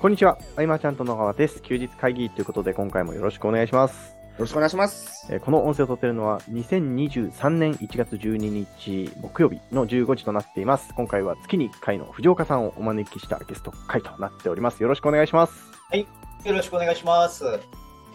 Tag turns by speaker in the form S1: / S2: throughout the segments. S1: こんにちは、あいまちゃんと野川です。休日会議ということで、今回もよろしくお願いします。
S2: ろしくお願いします。
S1: えーこの音声を撮っているのは、2023年1月12日木曜日の15時となっています。今回は月に1回の藤岡さんをお招きしたゲスト会となっております。よろしくお願いします。
S3: よろしくお願いします。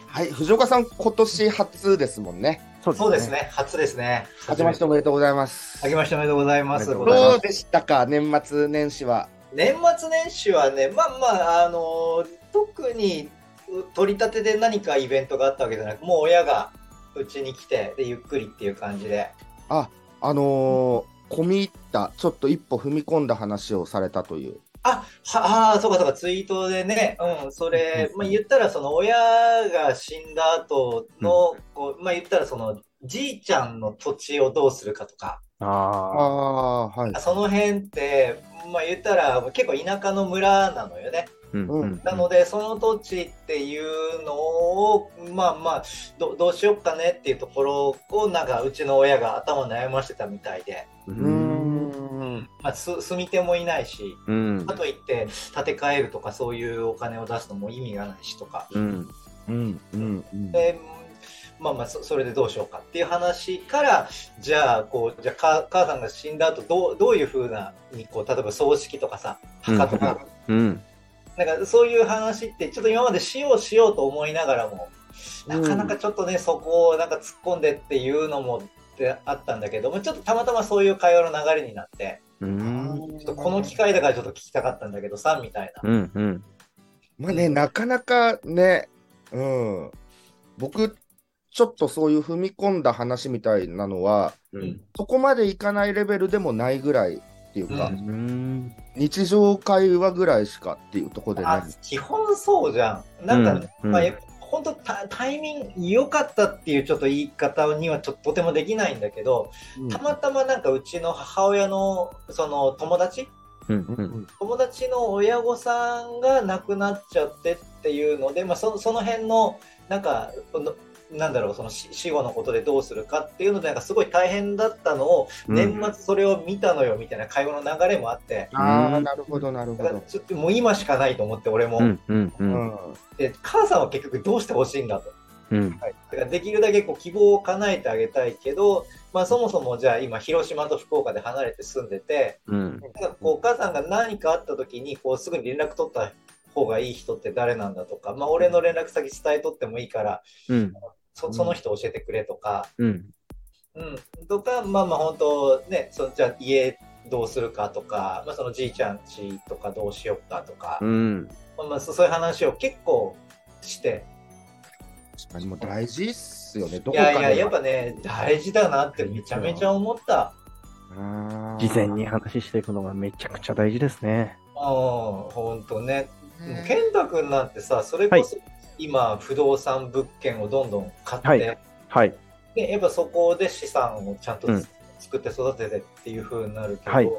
S2: はい、藤岡さん、今年初ですもんね。
S1: そう
S3: そうです。ね、初ですね。
S2: 明けましておめでとうございます。
S3: 明けましておめでとうございま
S1: あ
S3: す。
S1: りがとうございま
S2: どうでしたか、年末年始は。
S3: 年末年始はね、まあまあ、あのー特にう取り立てで何かイベントがあったわけじゃなく、もう親がうちに来て、でゆっくりっていう感じで。
S2: あ、あのー、込み入った、ちょっと一歩踏み込んだ話をされたという。
S3: あはあー、そうかそうか、ツイートでね、うん、それ、まあ、言ったら、その親が死んだ後の、こうまあ、言ったら、その、じいちゃんの土地をどうするかとか、
S1: ああ、
S2: ああー、はい。
S3: その辺って、まあ、言ったら、結構田舎の村なのよね。
S1: うん
S2: うん
S3: なので、その土地っていうのを、まあまあど、どうしよっかねっていうところを、なんかうちの親が頭悩ましてたみたいで、
S1: う
S2: うー
S1: ん。
S2: ん。
S3: まあ、す住み手もいないし、
S1: うん
S3: か。といって建て替えるとか、そういうお金を出すのも意味がないしとか、
S1: うん。
S2: うん。うん。うん
S3: でまあまあそ、それでどうしようかっていう話から、じゃあ、こうじゃあか母さんが死んだ後どうどういうふうなにこう、例えば葬式とかさ、墓とか、
S1: うん。
S3: なんかそういう話って、ちょっと今までしようしようと思いながらも、なかなかちょっとね、そこをなんか突っ込んでっていうのもってあったんだけども、ちょっとたまたまそういう会話の流れになって、
S1: うん。
S3: ちょっとこの機会だからちょっと聞きたかったんだけどさ、みたいな。
S1: うん。うん。
S2: まあね、なかなかね、うん。僕、ちょっとそういう踏み込んだ話みたいなのは、
S1: うん。
S2: そこまでいかないレベルでもないぐらいっていうか、
S3: うん
S1: うん。
S2: 日常会話ぐらいしかっていうところで
S3: あ
S2: ね。
S3: 基本そうじゃん。なんか、ね
S1: うん
S3: まあ
S1: うん
S3: やっぱ本当タタイミング良かったっていうちょっと言い方にはちょっととてもできないんだけど、たまたまなんかうちの母親のその友達
S1: うん。
S3: 友達の親御さんが亡くなっちゃってっていうので、まあ、そその辺のなんかのなんだろうその死死後のことでどうするかっていうのでなんかすごい大変だったのを、
S1: うん
S3: 年末それを見たのよみたいな会話の流れもあって
S2: あ
S1: う
S2: あ、
S1: ん
S2: なるほど、なるほ
S3: だから
S2: ど。
S3: ちょっともう今しかないと思って俺も、
S1: うん。うん。う。
S2: うんん。
S3: で母さんは結局どうしてほしいんだと、
S1: うん。
S3: だからできるだけこう希望を叶えてあげたいけど、まあ、そもそもじゃあ今広島と福岡で離れて住んでて、
S1: うん。
S3: なんかこうお母さんが何かあった時にこうすぐに連絡取った方がいい人って誰なんだとか、まあ、俺の連絡先伝えとってもいいから
S1: うん。
S3: そその人教えてくれとか、
S1: うん。
S3: うん、とかまあまあ本当ねそじゃあ家どうするかとか、まあ、そのじいちゃんちとかどうしようかとか、
S1: うん。
S3: まあまあ、そそういう話を結構して
S2: 確かにもう大事っすよね。どこ
S3: い
S2: か
S3: や
S2: で
S3: いややっぱね大事だなってめちゃめちゃ思った。
S1: 事前に話していくのがめちゃくちゃ大事ですね。
S3: うん、本当ね健太君なんてさそれこそ今不動産物件をどんどん買って、
S1: はいはい。
S3: でやっぱそこで資産をちゃんとつ、
S1: うん
S3: 作って育ててっていう風になるけど、
S1: はい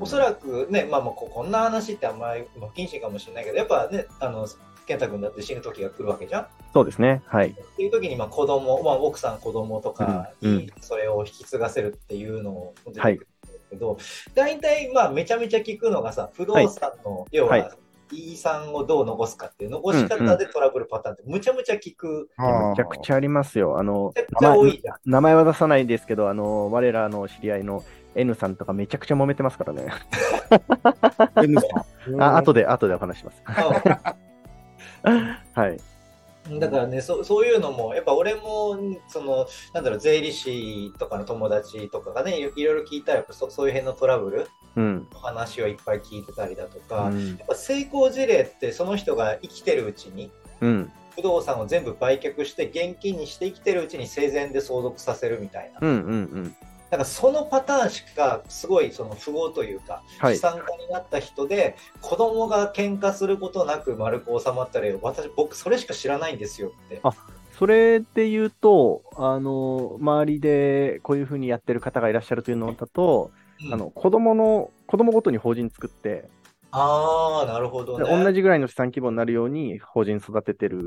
S3: おそ
S2: ら
S3: らくね、まあ、まあここんな話ってあんまりまあ不謹慎かもしれないけどやっぱねあの健太君だって死ぬ時が来るわけじゃんっ
S1: そうですね。はい。
S3: ていう時にまあ子供、まあ奥さん子供とか
S1: うんうん
S3: にそれを引き継がせるっていうのを出て
S1: はい
S3: くるんだけど、大体まあめちゃめちゃ聞くのがさ不動産の、要
S1: はい
S3: は遺産をどう残すかっていう残し
S1: うんう
S3: 方
S1: ん
S3: でトラブルパターンってむちゃむちゃ聞く
S2: く、
S1: めちゃくち
S2: ゃ。
S1: ゃありますよ。あの、
S3: めちゃくちゃ多いじゃん。
S1: 名前は出さないですけど、あの、我らの知り合いの N さんとかめちゃくちゃ揉めてますからね。
S2: N さん
S1: あ、後で、後でお話します。
S3: うん
S1: はい。
S3: だからね、そそういうのも、やっぱ俺も、その、なんだろう、税理士とかの友達とかがね、いろいろいろ聞いたらやっぱそ、そういう辺のトラブル
S1: うん。
S3: の話をいっぱい聞いてたりだと
S1: う
S3: か、や
S1: ん。
S3: っぱ成功事例って、その人が生きてるうちに、
S1: うん。
S3: 不動産を全部売却して、現金にして生きてるうちに生前で相続させるみたいな。
S1: うん。うん。
S3: だからそのパターンしか、すごいその富豪というか、
S1: は
S3: 資
S1: い。
S3: 産家になった人で、子供が喧嘩することなく丸く収まった例を、私、僕、それしか知らないんですよって。
S1: それで言うと、あの、周りでこういうふうにやってる方がいらっしゃるというのだと、
S3: うん
S1: あの、子供の、子供ごとに法人作って、
S3: ああ、なるほど
S1: で
S3: ね。
S1: 同じぐらいの資産規模になるように法人育ててる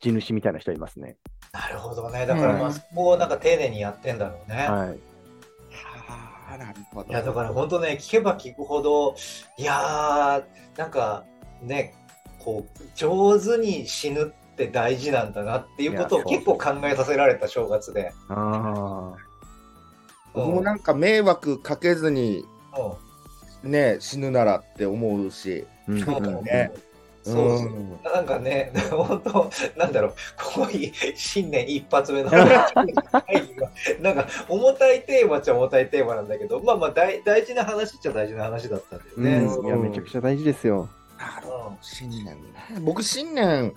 S1: 地主みたいな人いますね。
S3: なるほどね。だからま
S2: う
S3: あ、
S2: ん
S3: そこをなんか丁寧にやってんだろうね。
S1: はい。
S2: あーなるほど。
S3: い、や、だから本当ね、聞けば聞くほど、いやー、なんかね、こう上手に死ぬって大事なんだなっていうこ
S1: い
S3: とを
S1: やそう
S3: 結構考えさせられた正月で。
S1: あ
S3: うん
S2: 僕もなんか迷惑かけずに
S3: うん
S2: ね、死ぬならって思うし。
S1: ーうん
S3: そうだ
S1: うん
S3: ね。そう
S2: う
S3: そうんなんかね、本当、なんだろう、ここに新年一発目のなんか重たいテーマっちゃ重たいテーマなんだけど、まあまあ大大事な話っちゃ大事な話だったんだよね。うん
S1: うんいやめちゃくちゃ大事ですよ。
S2: 新年ね。僕、新年、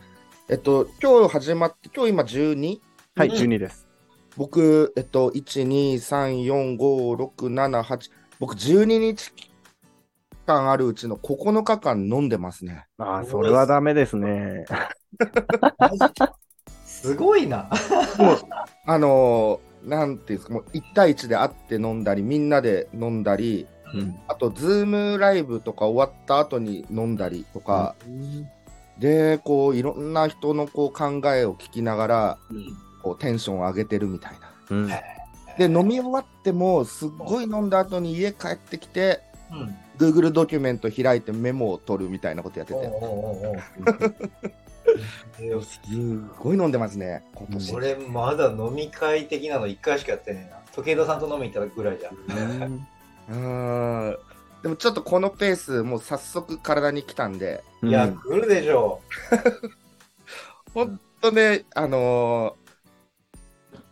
S2: えっと、今日始まって、今日今 12?
S1: はい、
S3: うん
S1: 12です。
S2: 僕、えっと、1、2、3、4、5、6、7、8、僕、12日間あるうちの9日間飲んでますね。
S1: ああ、それはダメですね。
S3: すごいな。
S2: あのーなんていうんですか、もう1対1で会って飲んだり、みんなで飲んだり、
S1: うん
S2: あと、ズームライブとか終わった後に飲んだりとか、で、こう、いろんな人のこう考えを聞きながら、こう、テンションを上げてるみたいな。
S1: うん
S2: で、飲み終わっても、すっごい飲んだ後に家帰ってきて、
S3: うん、
S2: Google ドキュメント開いてメモを取るみたいなことやって
S3: おう
S2: て、
S3: おうおうおうえー
S2: すっごい飲んでますね、今年。
S3: 俺まだ飲み会的なの1回しかやってねえな。時枝さんと飲み行ったぐらいじゃん。
S2: うーんでもちょっとこのペース、もう早速体に来たんで、
S1: うん
S3: いや、来るでしょ
S2: ちょっとね、あのー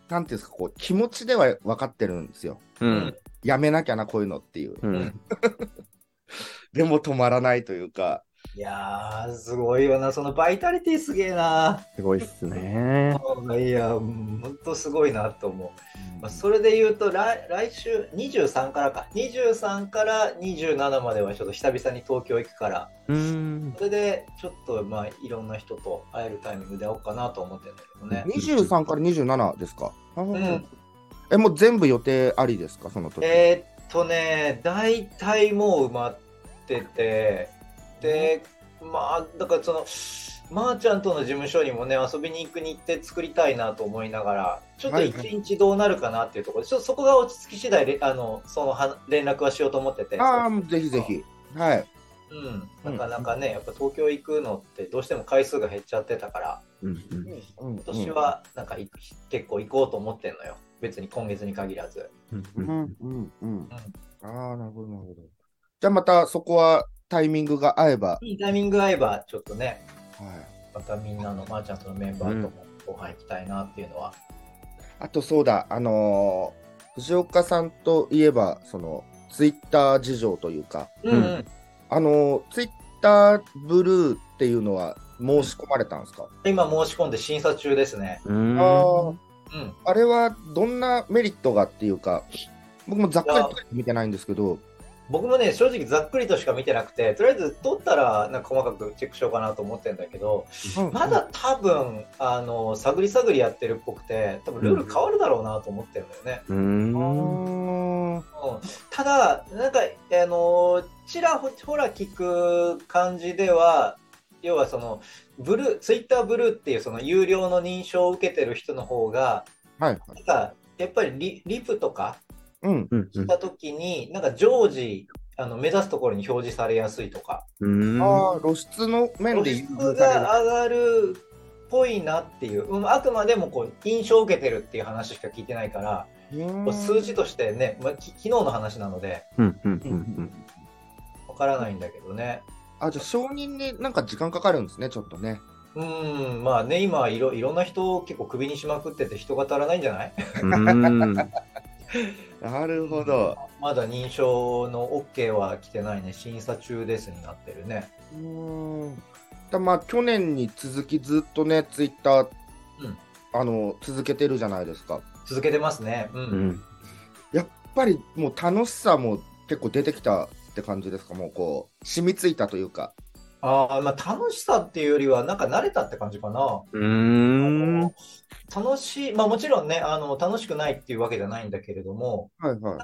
S2: なんていうんですか、こう、気持ちでは分かってるんですよ。
S1: う
S3: う。
S1: ん。
S2: やめなきゃな、こういうのっていう。
S1: うん。
S2: でも止まらないというか、
S3: いやー、すごいよな。そのバイタリティすげえな。
S1: すごいっすね。
S3: いや、うんほんとすごいなと思う。まあ、それで言うと来、来週23からか、23から27まではちょっと久々に東京行くから、
S1: うん。
S3: それでちょっとまあいろんな人と会えるタイミングで会おうかなと思ってるんだけどね。
S2: 23から27ですか。あー
S3: うん
S2: え、もう全部予定ありですか、その時。
S3: えーっとね、大体もう埋まってて、で、まあ、だからその、まー、ちゃんとの事務所にもね、遊びに行くに行って作りたいなと思いながら、ちょっと
S2: はい
S3: 一
S2: はい
S3: 日どうなるかなっていうところで、ちょっとそこが落ち着き次第で、あの、そのは連絡はしようと思ってて。
S2: ああ、もうぜひぜひ。はい。
S3: うん、なかなかね、やっぱ東京行くのってどうしても回数が減っちゃってたから、
S1: うん
S2: 今
S3: 今年。はなんかい結構行こうと思ってんのよ。別に今月に限らず。
S1: うん
S2: う
S1: うん
S2: んうんうん。ああ、なるほど、なるほど。じゃあまたそこはタイミングが合えば。
S3: いいタイミング合えば、ちょっとね、
S2: はい
S3: またみんなのまー、ちゃんとのメンバーともご飯行きたいなっていうのは、
S2: あとそうだ、あのー藤岡さんといえば、その、ツイッター事情というか、
S3: うんんうん
S2: あのーツイッターブルーっていうのは申し込まれたんですか、
S3: 今申し込んで審査中ですね。
S1: うん。
S2: あー
S3: うん、
S2: あれはどんなメリットがっていうか、僕もざっくりと見てないんですけど、
S3: 僕もね正直ざっくりとしか見てなくてとりあえず撮ったらなんか細かくチェックしようかなと思ってんだけどまだ多分あの探り探りやってるっぽくて多分ルール変わるだろうなと思ってるんだよね。
S1: うん
S2: う
S1: うん
S2: ん、あー
S3: うんただなんかあのちらほら聞く感じでは要はそのブルーツイッターブルーっていうその有料の認証を受けてる人の方が
S2: はいはい。
S3: なんかやっぱりリリプとか
S2: うん。
S1: うん
S3: 来た時になんか常時あの目指すところに表示されやすいとか
S1: うん。
S2: ああ、露出の面
S3: 露
S2: で
S3: 出
S2: 優遇される。
S3: が上がるっぽいなっていう、うんあくまでもこう印象を受けてるっていう話しか聞いてないから、
S2: うーん
S3: 数字としてね、まあ、き昨日の話なので
S1: うんうんうん
S3: わからないんだけどね
S2: あ、じゃあ承認になんか時間かかるんですね、ちょっとね。
S3: うんまあね今いろいろんな人を結構クビにしまくってて人が足らないんじゃない
S1: うん。うん。
S2: なるほ。
S3: まだ認証の OK は来てないね審査中ですになってるね
S2: うーん。だまあ去年に続きずっとね、ツイッター、
S3: うん
S2: あの続けてるじゃないですか。や
S3: 続けてますねうん、
S1: うん。
S2: っぱりもう楽しさも結構出てきたって感じですか、もうこう染みついたというか。
S3: ああまあ楽しさっていうよりはなんか慣れたって感じかな
S1: うん。
S3: 楽しい、まあ、もちろんねあの楽しくないっていうわけじゃないんだけれども
S2: はいはい。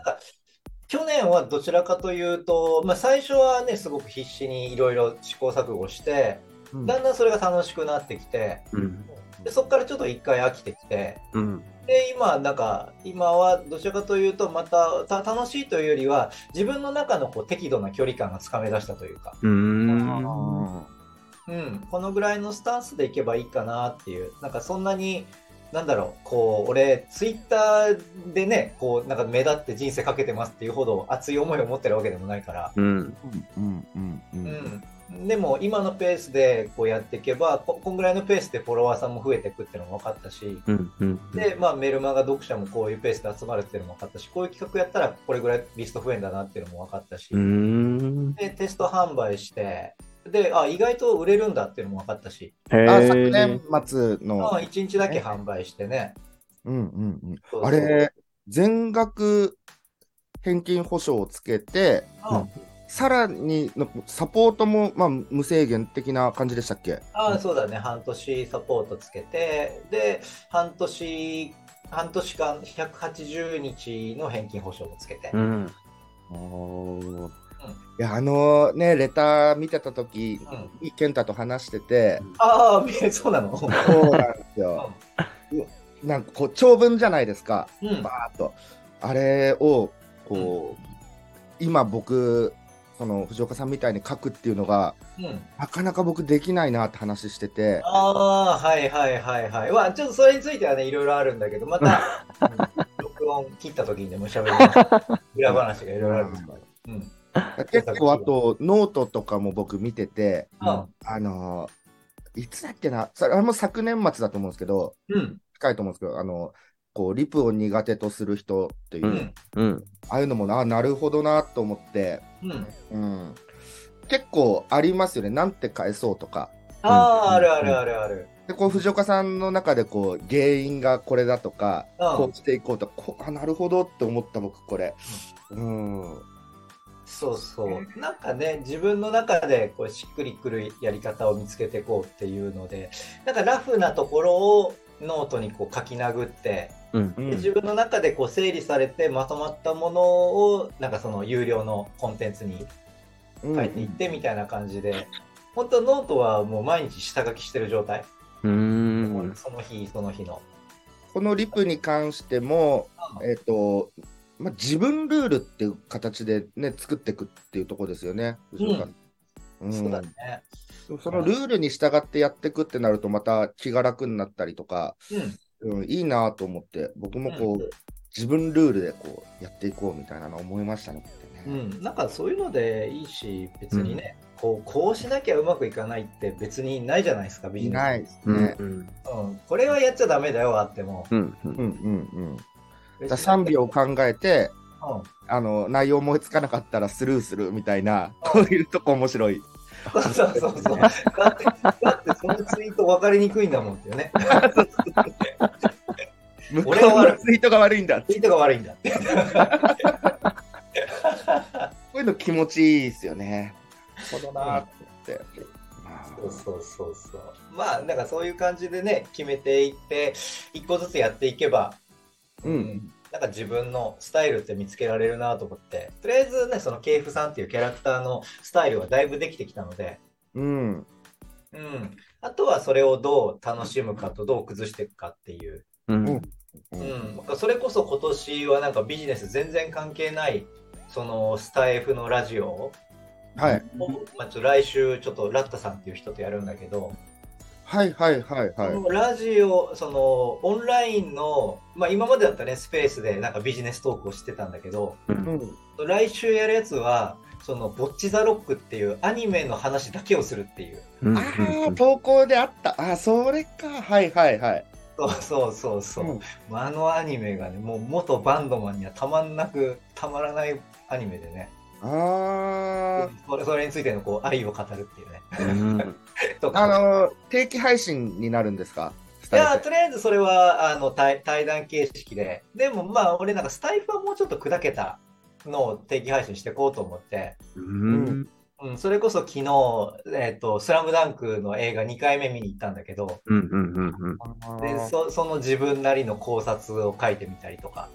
S3: 去年はどちらかというと、まあ、最初はねすごく必死にいろいろ試行錯誤して
S2: うん
S3: だんだんそれが楽しくなってきて
S1: うん。
S3: でそこからちょっと一回飽きてきて
S1: うん。
S3: で今なんか今はどちらかというとまたた楽しいというよりは自分の中のこう適度な距離感がつかめ出したというか
S1: うん。
S2: あ
S3: うん、このぐらいのスタンスでいけばいいかなっていう、なんかそんなに、なんだろう、こう、俺、ツイッターでね、こう、なんか目立って人生かけてますっていうほど熱い思いを持ってるわけでもないから、
S1: うん。
S2: うんうんう
S3: うんん。でも今のペースでこうやっていけばここんぐらいのペースでフォロワーさんも増えていくっていうのも分かったし
S1: うん。うん。
S3: で、まあ、メルマガ読者もこういうペースで集まるっていうのも分かったしこういう企画やったらこれぐらいリスト増えんだなっていうのも分かったし、
S1: うん。
S3: でテスト販売してであ意外と売れるんだっていうのも分かったし、
S1: へえ。
S2: あ昨年末
S3: ま
S2: の
S3: あ、、1日だけ販売してね
S2: うんうんうん、
S3: そうそう
S2: あれ、全額返金保証をつけて、
S3: うん
S2: さらにのサポートも、まあ、無制限的な感じでしたっけ
S3: あそうだね半年サポートつけてで半年半年間180日の返金保証もつけて、
S1: うん。
S2: いやあのねレター見てた時
S3: うん
S2: 健太と話してて、
S3: ああ、みそうなの。
S2: そうなんですよ。なんかこう長文じゃないですか
S3: うん、
S2: バーッと。あれをこう、今僕その藤岡さんみたいに書くっていうのが
S3: うん、
S2: なかなか僕できないなって話してて。
S3: ああー、はいはいはいはい。まあ、ちょっとそれについてはね、いろいろあるんだけど、また、うん録音切った時にでも喋る裏話がいろいろあるんですから。うん。
S2: 結構あとノートとかも僕見てて、
S3: あ
S2: あのいつだっけなそれあれも昨年末だと思うんですけど
S3: うん。
S2: 近いと思うんですけどあのこうリプを苦手とする人っていう、
S1: う
S3: うんん。
S1: うん。
S2: ああいうのもななるほどなと思って、
S3: うん。
S2: うん、結構ありますよねなんて返そうとか
S3: ああー、あるあるあるある。
S2: でこう藤岡さんの中でこう原因がこれだとか、
S3: うん
S2: こうしていこうとかこうあなるほどって思った僕これ、うん
S3: そうそう。なんかね、自分の中でこうしっくりくるやり方を見つけていこうっていうので、なんかラフなところをノートにこう書き殴って、
S1: うん。
S2: う
S3: で自
S2: ん
S3: 分の中でこう整理されてまとまったものをなんかその有料のコンテンツに
S2: うん
S3: 書いていってみたいな感じで、本当ノートはもう毎日下書きしてる状態、
S1: うん。
S3: その日その日の、
S2: このリプに関しても、えっとまあ、自分ルールっていう形で、ね、作っていくっていうところですよね。藤岡さんうん
S3: そうだね
S2: そのルールに従ってやっていくってなるとまた気が楽になったりとか、
S3: うん
S2: うん、いいなと思って僕もこう、
S3: うん
S2: 自分ルールでこうやっていこうみたいなの思いましたね。
S3: うん、なんかそういうのでいいし別にね、こうこうしなきゃうまくいかないって別にないじゃないですかビ
S2: い
S3: ジネス
S2: ないです
S1: うん。
S2: ね。
S1: うん。
S3: うん、これはやっちゃダメだよあっても
S1: うん。う。
S2: うんんうんうん、だ
S3: 別に
S2: から3秒考えて
S3: うん
S2: あの内容思いつかなかったらスルーするみたいな こういうとこ面白い。
S3: そうそうそう そう。だって、だってそのツイート分かりにくいんだもんっていうね。
S2: 向こ
S3: 俺は
S2: う
S3: 悪
S2: のツイートが悪いんだ。こ
S3: ツイートが悪いんだって。
S2: ういうの気持ちいいですよね。なるほどなーって
S3: そうそうそうそう。まあ、なんかそういう感じでね、決めていって、一個ずつやっていけば、
S2: うん。
S3: なんか自分のスタイルって見つけられるなと思って、とりあえずね、そのケイフさんっていうキャラクターのスタイルはだいぶできてきたので、
S2: うん。
S3: うん。あとはそれをどう楽しむかとどう崩していくかっていう
S1: うん。
S3: うん、なんかそれこそ今年はなんかビジネス全然関係ないそのスタイフのラジオを、
S2: はい。
S3: まあ、ちょっと来週ちょっとラッタさんっていう人とやるんだけど、
S2: はいはいはい
S3: そ
S2: は
S3: のラジオそのオンラインの、まあ、今までだったらねスペースでなんかビジネストークをしてたんだけど
S2: い。うん
S3: 来週やるやつはその「ぼっち・ザ・ロック」っていうアニメの話だけをするっていう
S1: うん。
S2: ああ、投稿であった。ああ、それか。はいはいはい。
S3: そうそうそうそう、
S2: うん
S3: あのアニメがねもう元バンドマンにはたまんなくたまらないアニメでね
S2: あ
S3: それそれについてのこう愛を語るっていうね。
S1: うん。
S3: と
S2: あ、あ
S3: か
S2: のー定期配信になるんですかス
S3: い
S2: タ
S3: や
S2: イ
S3: とりあえずそれはあの対対談形式ででもまあ俺なんかスタイフはもうちょっと砕けたのを定期配信していこうと思って、
S1: うん。
S3: うん、それこそ昨日「えっとスラムダンクの映画2回目見に行ったんだけど
S1: うん。うん。
S3: で
S2: ル。
S3: そその自分なりの考察を書いてみたりとか、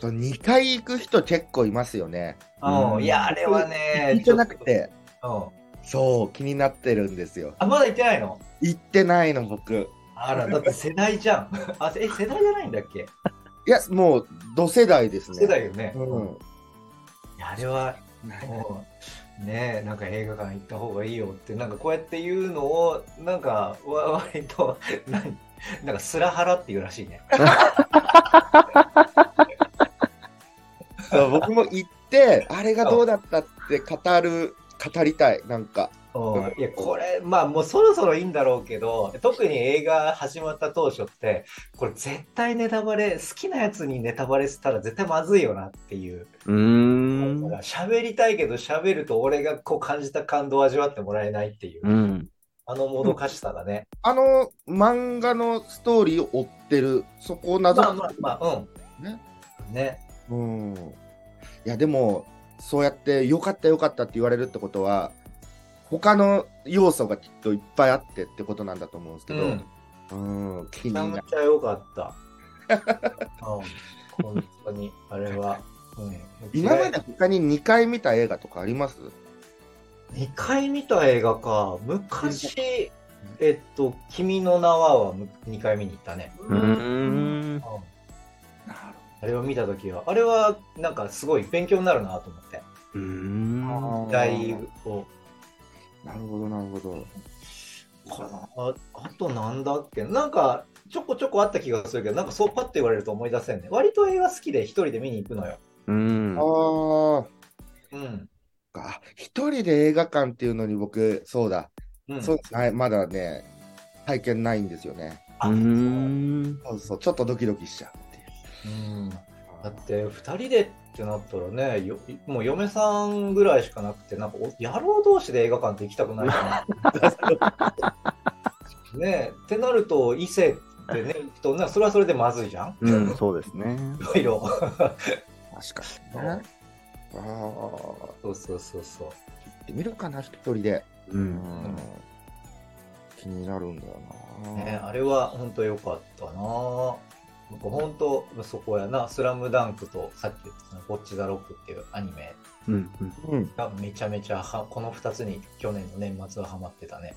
S2: そう2回行く人結構いますよね。
S1: うん
S3: うん、いやあれはね
S2: 行ってなくて、
S3: ちょっとうん、
S2: そう、気になってるんですよ。
S3: あまだ行ってないの
S2: 行ってないの、僕。
S3: あらだって世代じゃんあえ世代じゃないんだっけ
S2: いや、もう、同世代ですね。
S3: 世代よね、
S2: うん。
S3: いやあれはもうねえなんか映画館行った方がいいよってなんかこうやって言うのをなんかわ割と何なんかスラハラっていうらしいね。
S2: そう僕も行って、あれがどうだったって語る、語りたい、なんか。
S3: うんいやこれまあもうそろそろいいんだろうけど特に映画始まった当初ってこれ絶対ネタバレ好きなやつにネタバレしたら絶対まずいよなっていう
S1: うーん。
S3: 喋りたいけど喋ると俺がこう感じた感動を味わってもらえないっていう
S1: うん。
S3: あのもどかしさがね
S2: あの漫画のストーリーを追ってる、そこをなぞ
S3: ま
S2: っ
S3: あまあまあうん
S2: ね
S3: ね
S2: うん。いや、でも、そうやって、よかったよかったって言われるってことは、他の要素がきっといっぱいあってってことなんだと思うんですけど、
S3: うん
S2: うん、気
S3: め
S2: に
S3: ち
S2: な
S3: ゃ
S2: る
S3: めちゃ良かった。うん、本当に、あれは。うん、
S2: 今まで他に2回見た映画とかあります
S3: 2回見た映画か、昔、えっと、君の名はは2回見に行ったね。
S1: うー
S3: うん
S1: ん。
S3: あれを見たときは、あれはなんかすごい勉強になるなと思って、
S1: うーん。
S3: 期待を。
S2: なるほど、なるほど。
S3: かなああとなんだっけなんかちょこちょこあった気がするけど、なんかそうパッと言われると思い出せんね。割と映画好きで一人で見に行くのよ。
S1: うん。
S2: あ
S3: うん。
S2: あ、か一人で映画館っていうのに僕、そうだ、
S3: うん、
S2: そうはい、まだね、体験ないんですよね。
S3: あ
S1: うーん。
S2: そうそう、ちょっとドキドキしちゃうっていう。
S3: うんだって2人でってなったらねよもう嫁さんぐらいしかなくてなんかお野郎同士で映画館って行きたくないか なねえってなると異性ってね行くとなそれはそれでまずいじゃん
S1: うん、そうですね。
S3: いろいろ
S2: 確かにね。ああ、
S3: そうそうそうそう
S2: 行ってみるかな、一人で。
S1: う。
S2: うんん気になるんだよな。
S3: ね、あれは本当良かったなぁ。なんか本当そこやな「スラムダンクとさっき言った「ボッチ・ザ・ロック」っていうアニメ
S1: うん。うん
S2: うん、
S3: がめちゃめちゃはこの2つに去年の年末はハマってたね。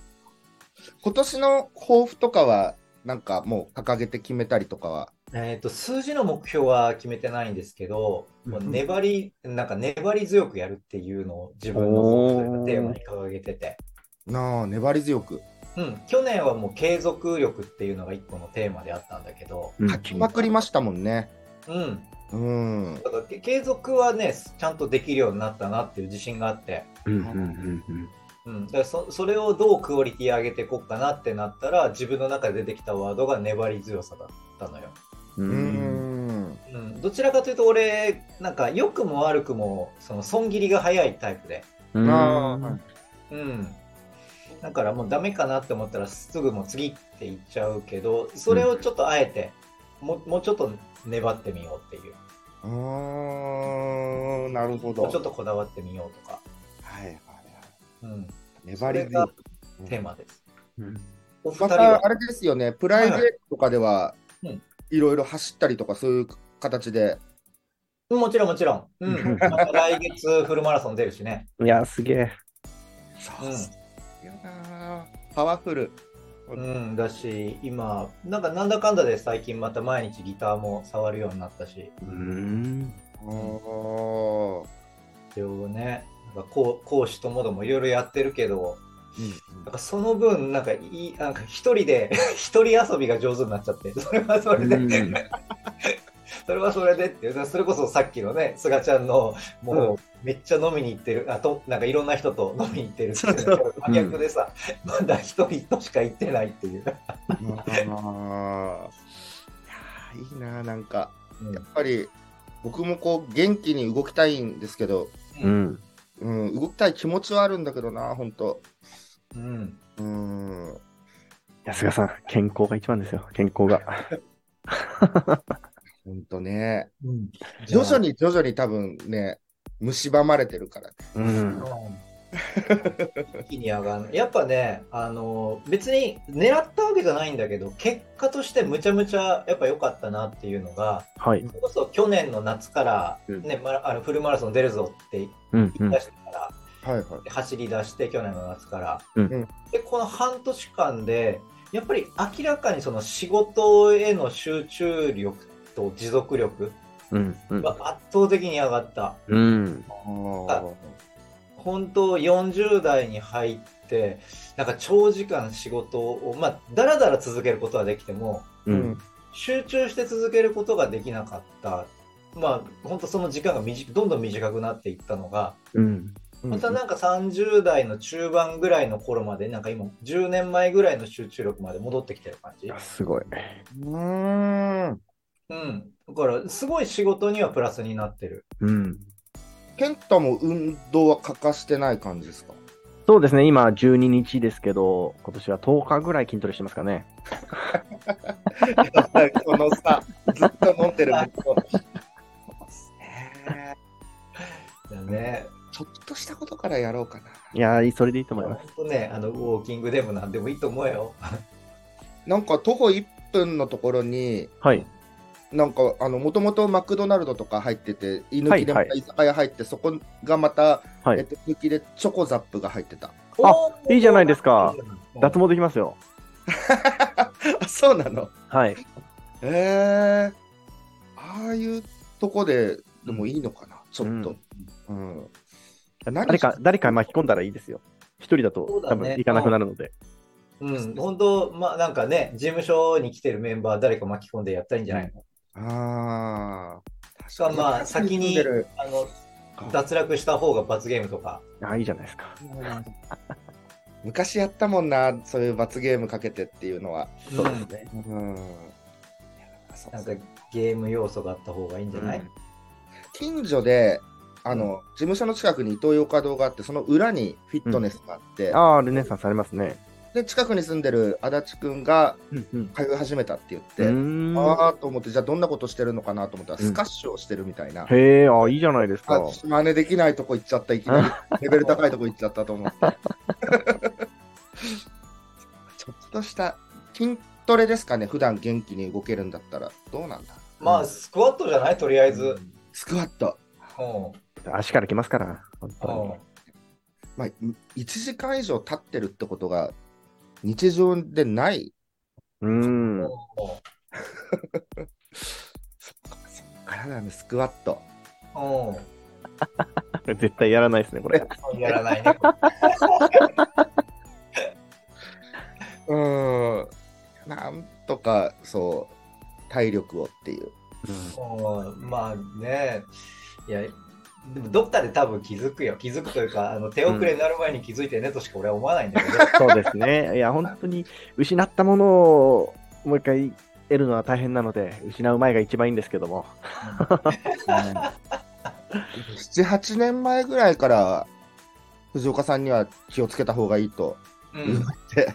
S2: 今年の抱負とかは、なんかもう掲げて決めたりとかは。
S3: えー、と数字の目標は決めてないんですけど、こう
S1: うん
S3: 粘りなんか粘り強くやるっていうのを自分
S1: お
S3: の
S1: ー
S3: テーマに掲げてて、
S2: なあ、粘り強く。
S3: うん、去年はもう継続力っていうのが一個のテーマであったんだけど、
S1: うん
S2: 書きまくりましたもんね。
S3: うん、
S2: うん。
S3: だからけ継続はねちゃんとできるようになったなっていう自信があって、
S1: うん。うん。うんうん。
S3: うん、だからそそれをどうクオリティ上げていこうかなってなったら自分の中で出てきたワードが粘り強さだったのよ。
S1: う。
S2: うんん。
S3: うん、どちらかというと俺なんか良くも悪くもその損切りが早いタイプで。
S1: うん
S2: あ
S3: うん。だからもうダメかなって思ったらすぐもう次って言っちゃうけど、それをちょっとあえて、もうもうちょっと粘ってみようっていう、
S2: うーん。なるほど。
S3: もうちょっ
S2: と。
S3: とこだわってみようとか、
S2: はいはいはい。
S3: うん、
S2: 粘り強く。
S3: テーマです。
S1: うん
S3: お二
S2: ま
S3: 人
S2: た、
S3: は
S2: あれですよね、プライベートとかでは
S3: はいうん、
S2: いろいろ走ったりとか、そういう形で。
S3: うんもちろんもちろん。う
S1: うん
S3: ん、また来月フルマラソン出るしね。
S1: いや、すげえ。
S2: そうよなあパワフル。
S3: うん、だし、今、なんかなんだかんだで最近また毎日ギターも触るようになったし、
S1: うーん。
S2: おー
S3: それをね、なんか講講師ともどもいろいろやってるけど、
S2: うん
S3: なんかその分、なんかいい、なんか一人で、 一人遊びが上手になっちゃって、それはそれで、
S1: うん
S3: それはそれでっていう、だからそれこそさっきのね、すがちゃんの、もう、めっちゃ飲みに行ってる、あと、なんかいろんな人と飲みに行ってるっていうのが真逆でさ、まだ一人としか行ってないっていう。
S2: あーいやーいいなあなんか
S3: うん
S2: やっぱり僕もこう元気に動きたいんですけど、
S1: うん。
S2: うん、動きたい気持ちはあるんだけどな本当
S3: うん。
S2: うん
S1: 安賀さん、健康が一番ですよ。健康が。
S2: 本当ね
S3: うん。
S2: 徐々に徐々に多分ね蝕まれてるからね
S1: うん。
S3: 一気に上がるやっぱねあの別に狙ったわけじゃないんだけど結果としてむちゃむちゃやっぱ良かったなっていうのが
S1: はい。
S3: それこそ去年の夏から、ねマラあのフルマラソン出るぞって
S1: うん。う
S3: 言い
S1: ん
S3: 出してから、
S2: はいはい
S3: 走り出して去年の夏から、
S1: うん
S3: でこの半年間でやっぱり明らかにその仕事への集中力と持続力
S1: うん。うん
S3: が圧倒的に上がった、
S1: うん。
S2: あー
S3: 本当40代に入ってなんか長時間仕事をまあだらだら続けることはできても
S1: うん。
S3: 集中して続けることができなかったまあ本当その時間が短どんどん短くなっていったのが
S1: うん。
S3: またなんか30代の中盤ぐらいの頃までなんか今10年前ぐらいの集中力まで戻ってきてる感じ
S1: いや、すごい。
S2: うん
S3: うんだからすごい仕事にはプラスになってる
S1: うん。
S2: 健太も運動は欠かしてない感じですか
S1: そうですね、今12日ですけど、今年は10日ぐらい筋トレしてますかね。
S2: このさ、ずっと飲んでる僕と
S3: だね
S2: ちょっとしたことからやろうかな。
S1: いやー、それでいいと思います。
S3: 本当ねあのウォーキングでもなんでもいいと思うよ
S2: なんか徒歩1分のところに、
S1: はい。
S2: なんかあのもともとマクドナルドとか入ってて、居抜きで
S1: は
S2: ま
S1: いは
S2: た居酒屋入って、そこがまた、
S1: はい
S2: えっと、抜きでチョコザップが入ってた。
S1: あいいじゃないですか脱
S3: 毛
S1: 毛できますよ。
S2: あそうなの
S1: はい。
S2: へえああいうとこででもいいのかな、ちょっと。うん何
S1: 誰か、誰か巻き込んだらいいですよ。一人だ
S3: そ
S1: と
S3: う
S1: 多
S3: だね
S1: 分行かなくなるので。
S3: うん本当まあなんかね事務所に来てるメンバー誰か巻き込んでやったらいいんじゃないの
S2: ああ。
S3: しかもまあ先に
S2: 飲んでる
S3: あの脱落した方が罰ゲームとか
S1: ああ、いいじゃないですか。
S2: 昔やったもんな、そういう罰ゲームかけてっていうのは。
S1: そうですね。
S2: うん。いやそう
S3: なんかゲーム要素があった方がいいんじゃない、
S1: うん
S2: 近所で、あの、事務所の近くにイトーヨーカドーがあって、その裏にフィットネスがあって、
S1: ああ、ルネさんされますね。
S2: で、近くに住んでる足立くんが
S1: うんうん。
S2: 通い始めたって言っ
S1: う
S2: て、
S1: ーん
S2: ああと思って、じゃあどんなことしてるのかなと思ったら、
S1: うん
S2: スカッシュをしてるみたいな。
S1: へえ、ああ、いいじゃないですか。
S2: あ真似できないとこ行っちゃった、いきなり。レベル高いとこ行っちゃった と思って。ちょっとした筋トレですかね、普段元気に動けるんだったら、どうなんだ
S3: ま
S2: う
S3: あ
S2: ん
S3: スクワットじゃないとりあえず、
S2: スクワット。
S3: うん
S1: 足から来ますから。本当
S3: うん
S2: まあ、1時間以上経ってるってことが、日常でない。
S1: に。うーん。
S3: う
S2: 体のスクワット。
S3: んうん
S1: 絶対やらないですね、これ。
S3: やらないね。
S2: うーん。なんとか、そう、体力をっていう。
S3: うんまあね、いや、でもどっかで多分気づくよ。気づくというか、あの手遅れになる前に気づいてねとしか俺は思わないんだけど。
S1: そうですね。いや、本当に失ったものをもう一回得るのは大変なので、失う前が一番いいんですけども。
S2: 7、8年前ぐらいから、藤岡さんには気をつけた方がいい と。
S3: うん
S2: て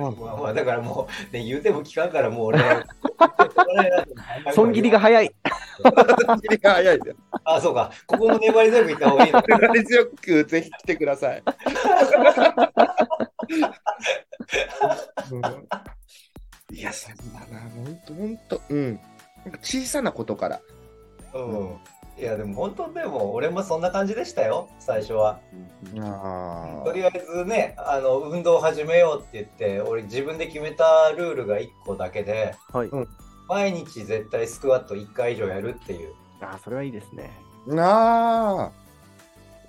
S3: まあまあだからもう、ね、言うても聞かんからもう 俺 は
S1: 損切りが早い。
S2: 切りが早いです。
S3: あそうかここも粘り強くいった方がいいのか
S2: 粘り強くぜひ来てくだ さい。いや、そうだな、本当本当うん。なんか小さなことから。
S3: うんいやでも本当でも俺もそんな感じでしたよ最初は
S2: あ
S3: とりあえずねあの運動を始めようって言って俺自分で決めたルールが1個だけで
S1: はい。
S3: 毎日絶対スクワット1回以上やるっていう
S1: あ、それはいいですね。
S2: あ。なあ。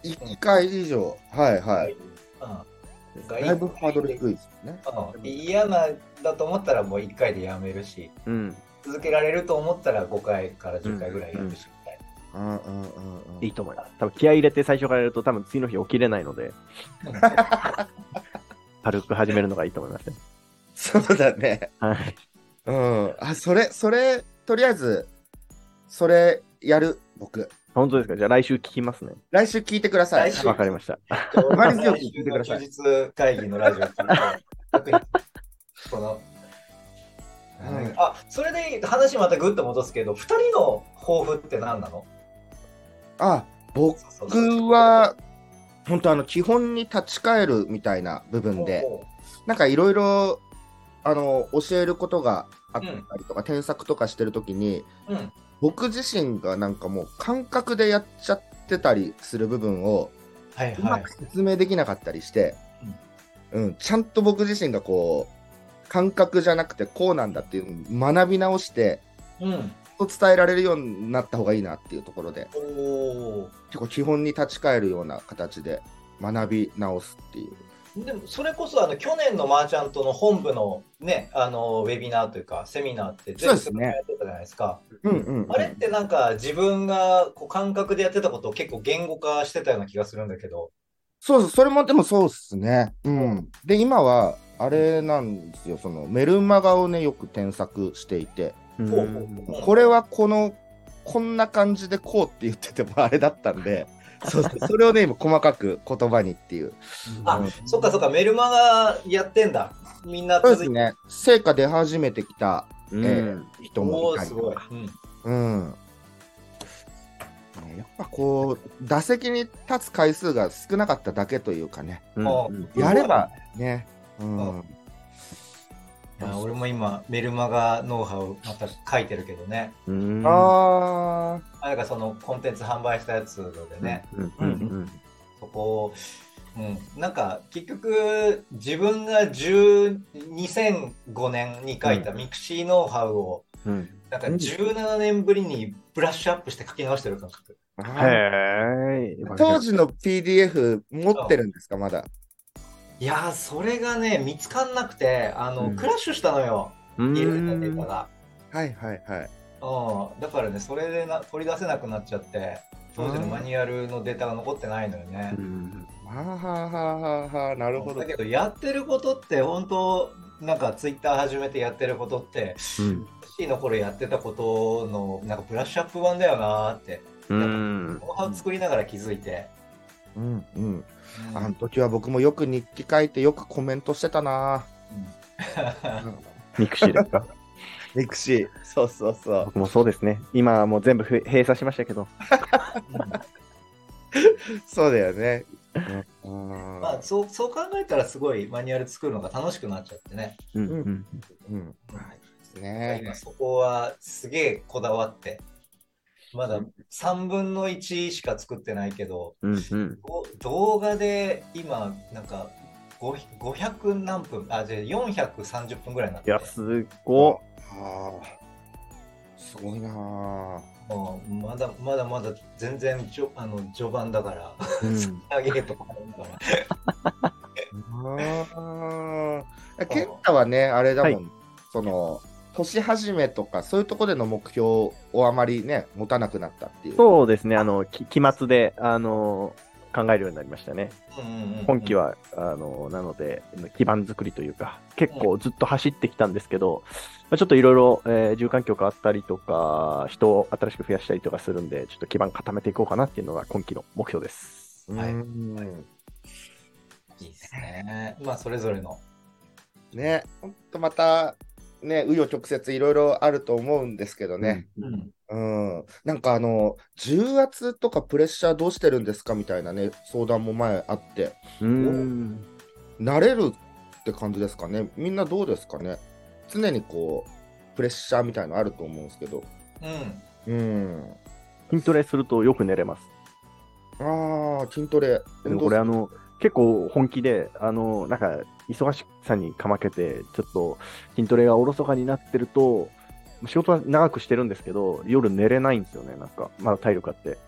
S2: 1回以上。はいはい。
S3: うん
S2: だいぶハードル低いですよね。
S3: うん嫌なだと思ったらもう1回でやめるし
S1: うん。
S3: 続けられると思ったら5回から10回ぐらいやるしみたい
S2: うんうんうんうん
S1: いいと思います。多分気合い入れて最初からやると、多分次の日起きれないの で、軽く始めるのがいいと思いますね。
S2: そうだね。
S1: はい。
S2: うん。あ、それ、それ、とりあえず、それやる、僕。
S1: 本当ですかじゃあ来週聞きますね。
S2: 来週聞いてください。
S3: 来週
S1: わかりました。
S3: な。
S2: ん
S3: 毎日休日会議のラジオ聞いて特にこの
S2: はい
S3: あそれで話またぐっと戻すけど2人の抱負って何なの
S2: あ、僕
S3: そうそうそう
S2: は、本当あの、基本に立ち返るみたいな部分で、
S3: おう
S2: なんかいろいろ、あの、教えることがあったりとか、添削とかしてるときに、
S3: おううん
S2: 僕自身がなんかもう感覚でやっちゃってたりする部分を、
S3: はいうは
S2: ま
S3: い
S2: く説明できなかったりして、うん、ちゃんと僕自身がこう、感覚じゃなくてこうなんだっていうのを学び直して、
S3: うん
S2: と伝えられるようになった方がいいなっていうところで、
S3: おお
S2: 結構基本に立ち返るような形で学び直すっていう。
S3: ーでもそれこそあの去年のマーチャントの本部のねあのウェビナーというかセミナーって
S2: そう
S3: 全
S2: です
S3: 部
S2: ね
S3: やってたじゃないですか
S2: うんうんうん
S3: あれってなんか自分がこう感覚でやってたことを結構言語化してたような気がするんだけど
S2: そうそう、それもでもそうっすね。うん。で、今は、あれなんですよ、そのメルマガをね、よく添削していて、
S1: うん
S3: ほうほうほう
S2: これはこの、こんな感じでこうって言っててもあれだったんで、 そうそう、それをね、今細かく言葉にっていう。
S3: あ
S2: うん
S3: そっかそっかメルマガやってんだみんな
S2: そうで
S3: 続い
S2: す
S3: て
S2: ね、成果出始めてきた
S1: うん
S2: えー人も
S3: お
S2: い
S3: ー
S2: たり
S3: す
S2: と
S3: ごい
S2: か、、
S3: うん
S2: うんねやっぱこう打席に立つ回数が少なかっただけというかね
S1: うん
S3: あ
S1: うん
S2: やればね、うん
S3: うんまあ、俺も今メルマガノウハウまた書いてるけどね
S1: うん
S2: あ
S3: あなんかそのコンテンツ販売したやつでね、
S1: うんうんうん
S3: そこを、うん、なんか結局自分が10 2005年に書いた
S1: うん
S3: ミクシーノウハウを
S1: うん
S3: なんか17年ぶりにブラッシュアップして書き直してる感覚
S2: ーあ
S1: へえ
S2: ー当時の PDF 持ってるんですかまだ
S3: いやーそれがね見つかんなくてあの、
S1: うん
S3: クラッシュしたのよ
S1: うん
S3: 入れてたデータが、
S2: はいはいはい
S3: うん、だからねそれでな取り出せなくなっちゃって当時のマニュアルのデータが残ってないのよね、
S1: うん
S2: はあはあはあはあなるほど
S3: だけどやってることって本当なんかツイッター始めてやってることって
S1: うん
S3: シーの頃やってたことのなんかブラッシュアップ版だよなーって
S1: うん
S3: ノウハウ作りながら気づいて、
S2: うんうん
S3: う
S2: あの
S3: ん
S2: 時は僕もよく日記書いてよくコメントしてたな
S1: ミクシーですか
S2: ミクシーそうそうそう
S1: 僕もそうですね。今はもう全部ふ閉鎖しましたけど。
S2: そうだよね、うん
S3: まあ、そうそう考えたらすごいマニュアル作るのが楽しくなっちゃってね、
S1: うん
S2: う
S1: うん
S2: うん
S3: 今そこはすげえこだわってまだ3分の1しか作ってないけど
S1: うんうん
S3: お動画で今なんか5 500何分あじゃあ430分ぐらいになっ
S1: い
S3: て
S1: や、すご
S2: ああ、すごいなあ。
S3: もうまだまだまだ全然じょあの序盤だから
S1: い。うん
S3: あげるとかあるんだな
S2: ああ。健太はね、あれだもん、
S1: は
S2: その、年始めとか、そういうとこでの目標をあまりね、持たなくなったっていう。
S1: そうですね、あの、き期末で、あの、考えるようになりましたね。今期
S3: は、
S1: は、あの、なので、基盤作りというか、結構ずっと走ってきたんですけど、まあちょっといろいろ、えー住環境変わったりとか、人を新しく増やしたりとかするんで、ちょっと基盤固めていこうかなっていうのが今期の目標です。
S2: うん
S3: はい
S2: うん
S3: いいですね。まあそれぞれの。
S2: ね、ほんとまた、ね、紆余曲折いろいろあると思うんですけどね。
S1: うん。
S2: うん。なんかあの、重圧とかプレッシャーどうしてるんですかみたいなね、相談も前あって、
S1: うん。
S2: 慣れるって感じですかねみんなどうですかね常にこうプレッシャーみたいのあると思うんですけど
S3: うん。
S2: うん
S1: 筋トレするとよく寝れます。
S2: ああ筋トレ
S1: でもこれあの結構本気であのなんか忙しさにかまけてちょっと筋トレがおろそかになってると仕事は長くしてるんですけど夜寝れないんですよねなんかまだ体力あって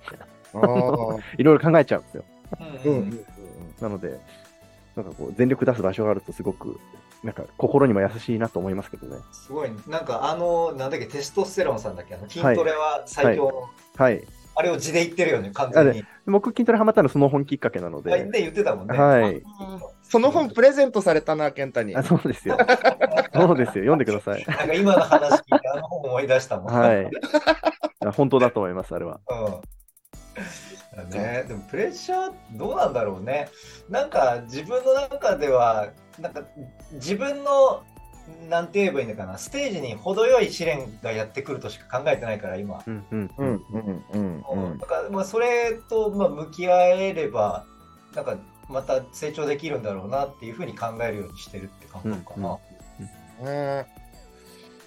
S2: あー
S1: いろいろ考えちゃうんですよ
S3: う
S2: うんんう
S3: うん
S2: うんん
S1: なのでなんかこう全力出す場所があるとすごくなんか心にも優しいなと思いますけどね
S3: すごい、なんかあの、なんだっけ、テストステロンさんだっけ、あの筋トレは最強の、
S1: はい
S3: あれを字で言ってるよね、完全に。
S1: 僕筋トレハマったのその本きっかけなので、
S3: あれで言ってたもんね。
S1: はい
S3: あ
S2: その本プレゼントされたな健太に
S1: あそうですよそうですよ読んでください
S3: なんか今の話聞いて、あの本思い出したもん。
S1: はいあ本当だと思いますあれは
S3: うん。ね、でもプレッシャーどうなんだろうね。なんか自分の中ではなんか自分のなんて言えばいいのかなステージに程よい試練がやってくるとしか考えてないから今。
S1: うんうん
S2: うんうんうんうん
S3: だからまあそれとまあ向き合えればなんかまた成長できるんだろうなっていうふうに考えるようにしてるって感覚かな。
S2: ね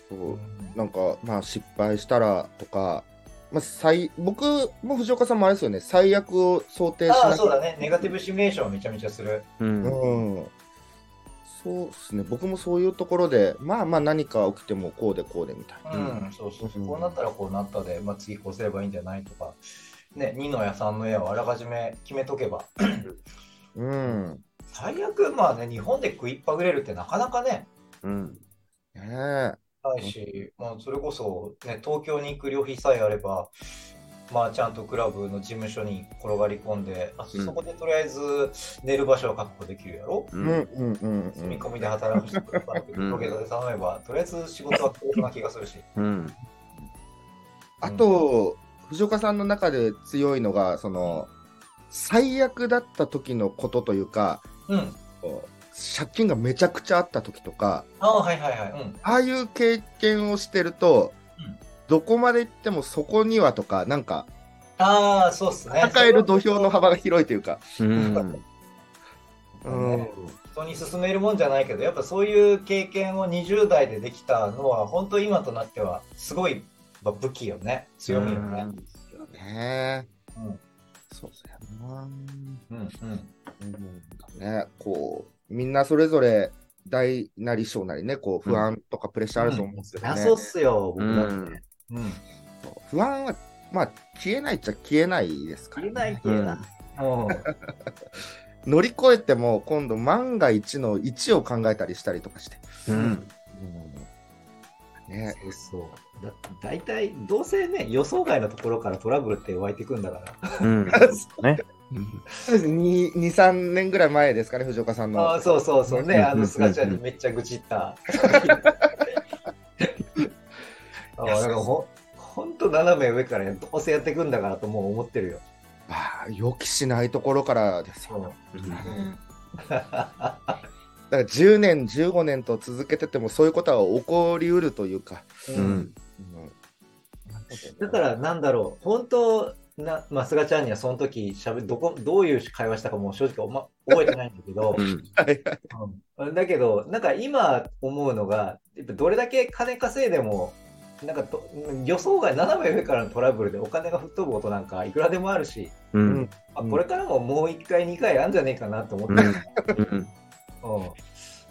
S1: そう
S2: なんかまあ失敗したらとかまあ、最僕も藤岡さんもあれですよね最悪を想定しな
S3: あ
S2: く
S3: あそうだねネガティブシミュレーションめちゃめちゃする。
S1: うん
S2: うんそうですね、僕もそういうところで、まあまあ何か起きてもこうでこうでみたいな。
S3: うん、そうそうそう、こうなったらこうなったで、まあ、次こうすればいいんじゃないとか、ね、2の矢3の矢をあらかじめ決めとけば、
S2: うん。
S3: 最悪、まあね、日本で食いっぱぐれるってなかなかね、
S1: うん。
S2: ねえ。
S3: ないし、まあ、それこそ、ね、東京に行く旅費さえあれば、まあ、ちゃんとクラブの事務所に転がり込んで、あ
S2: うん
S3: そこでとりあえず寝る場所を確保できるやろ、
S1: う
S2: うん
S1: ん。
S2: うんうん
S3: 住み
S2: う
S3: 込みで働く人とか、ロケットで頼めば、とりあえず仕事は豊富な気がするし。
S1: うん。
S2: あと、藤岡さんの中で強いのが、その、最悪だった時のことというか、
S3: うん。
S2: こう借金がめちゃくちゃあった時とか、
S3: ああ、はいはいはい。うん。
S2: ああいう経験をしてると、
S3: うん
S2: どこまで行ってもそこにはとか、なんか、
S3: ああ、そうっすね。
S2: 抱える土俵の幅が広いというか、
S1: うん。
S2: うん、
S3: 人に勧めるもんじゃないけどやっぱそういう経験を20代でできたのは本当今となってはすごいまあ武器よね強みよね
S2: ねえ、
S3: うん
S2: そうだよな、
S3: うんうん
S2: ねこうみんなそれぞれ大なり小なりねこう不安とかプレッシャーあると思うんですよ
S3: いや
S2: ね、
S3: そうっすよ僕だって
S1: うん
S3: うん
S2: 不安はまあ消えないっちゃ消えないですから、
S3: 消え
S2: ね、
S3: ない消えないもう
S2: 乗り越えても今度万が一の1を考えたりしたりとかして、
S1: うん。
S2: ね
S3: そうそうだ大体どうせね予想外のところからトラブルって湧いてくんだか
S1: う
S3: ら
S1: ん。ね。
S2: 23年ぐらい前ですかね藤岡さん
S3: あ
S2: の
S3: あそうそうそう
S1: う
S3: ね
S1: ん
S3: あのすがちゃんにめっちゃ愚痴った ああだからほほんと斜め上からどうせやってくんだからともう思ってるよ
S2: まあ予期しないところからですよ、
S3: ん
S2: だから10年15年と続けててもそういうことは起こりうるというか、
S1: うん。
S3: だからなんだろう本当なまあ、菅ちゃんにはその時しゃべどこどういう会話したかもう正直お、ま、覚えてないんだけど
S1: う、ん。
S3: うん、だけどなんか今思うのがやっぱどれだけ金稼いでもなんかと予想外斜め上からのトラブルでお金が吹っ飛ぶことなんかいくらでもあるし、
S1: うん。
S3: まあ
S2: うん
S3: これからももう1回2回あんじゃねえかなと思って、
S1: う
S3: うんん
S1: うん。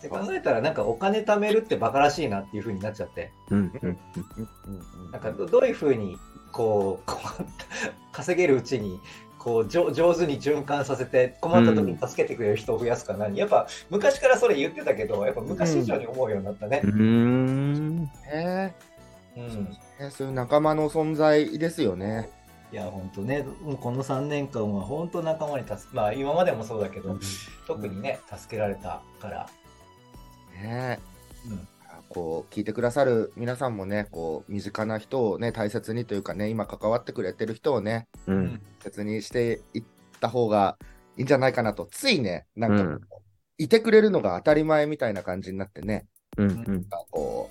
S3: で考えたらなんかお金貯めるってバカらしいなっていう風になっちゃって。
S1: うん。うん。
S3: なんかどどういうふうにこうこう 稼げるうちにこうじょ上手に循環させて困った時に助けてくれる人を増やすか何、やっぱ昔からそれ言ってたけどやっぱ昔以上に思うようになったね。
S1: うん。
S2: ね
S3: うん
S2: ねそういう仲間の存在ですよね。
S3: いや本当ねもうこの3年間は本当仲間に助まあ今までもそうだけど、特にね助けられたから。
S2: ね
S3: うん
S2: こう聞いてくださる皆さんもね、こう身近な人をね大切にというかね、今関わってくれてる人をね
S1: う。
S3: うん
S2: 大切にしていった方がいいんじゃないかなと、ついねなんか、
S1: うん
S2: いてくれるのが当たり前みたいな感じになってね、
S1: うん。
S2: なんかこ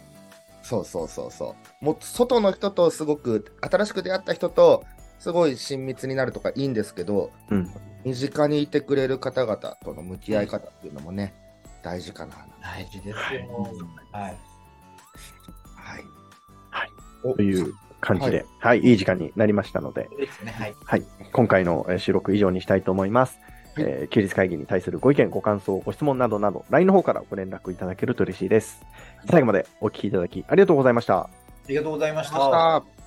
S2: うそうそうそうそうもっと外の人とすごく新しく出会った人とすごい親密になるとかいいんですけど
S1: うん。
S2: 身近にいてくれる方々との向き合い方っていうのもね、大事かな
S3: 大事ですよ。はい。
S2: はい
S1: という感じで、はい、いい時間になりましたので、
S3: ですね。はい。
S1: はい、今回のえー収録以上にしたいと思います。
S2: はい
S1: えー休日会議に対するご意見、ご感想、ご質問などなど、LINE の方からご連絡いただけると嬉しいです。最後までお聞きいただきありがとうございました。
S3: ありがとうございまし
S2: あ
S3: た。
S2: ー